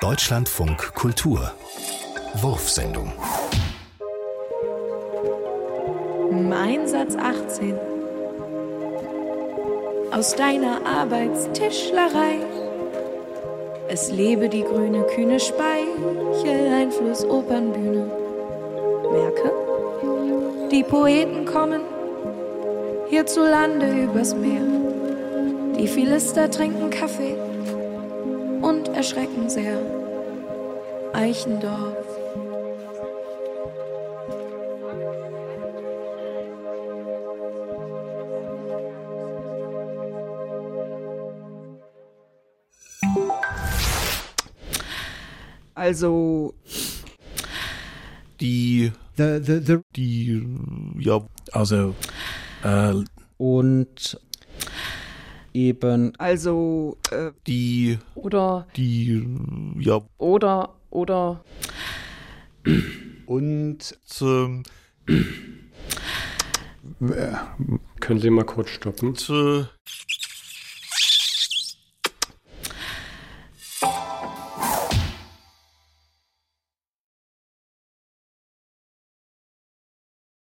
Deutschlandfunk Kultur. Wurfsendung. Einsatz 18. Aus deiner Arbeitstischlerei. Es lebe die grüne, kühne Speichel, Einfluss Opernbühne. Merke, die Poeten kommen hierzulande übers Meer. Die Philister trinken Kaffee und erschrecken sehr. Eichendorf. Also, Die, The, the, the die, ja, also, äh, und eben also, äh, die, Oder, die, ja, oder, oder. und z, Können Sie mal kurz stoppen? z,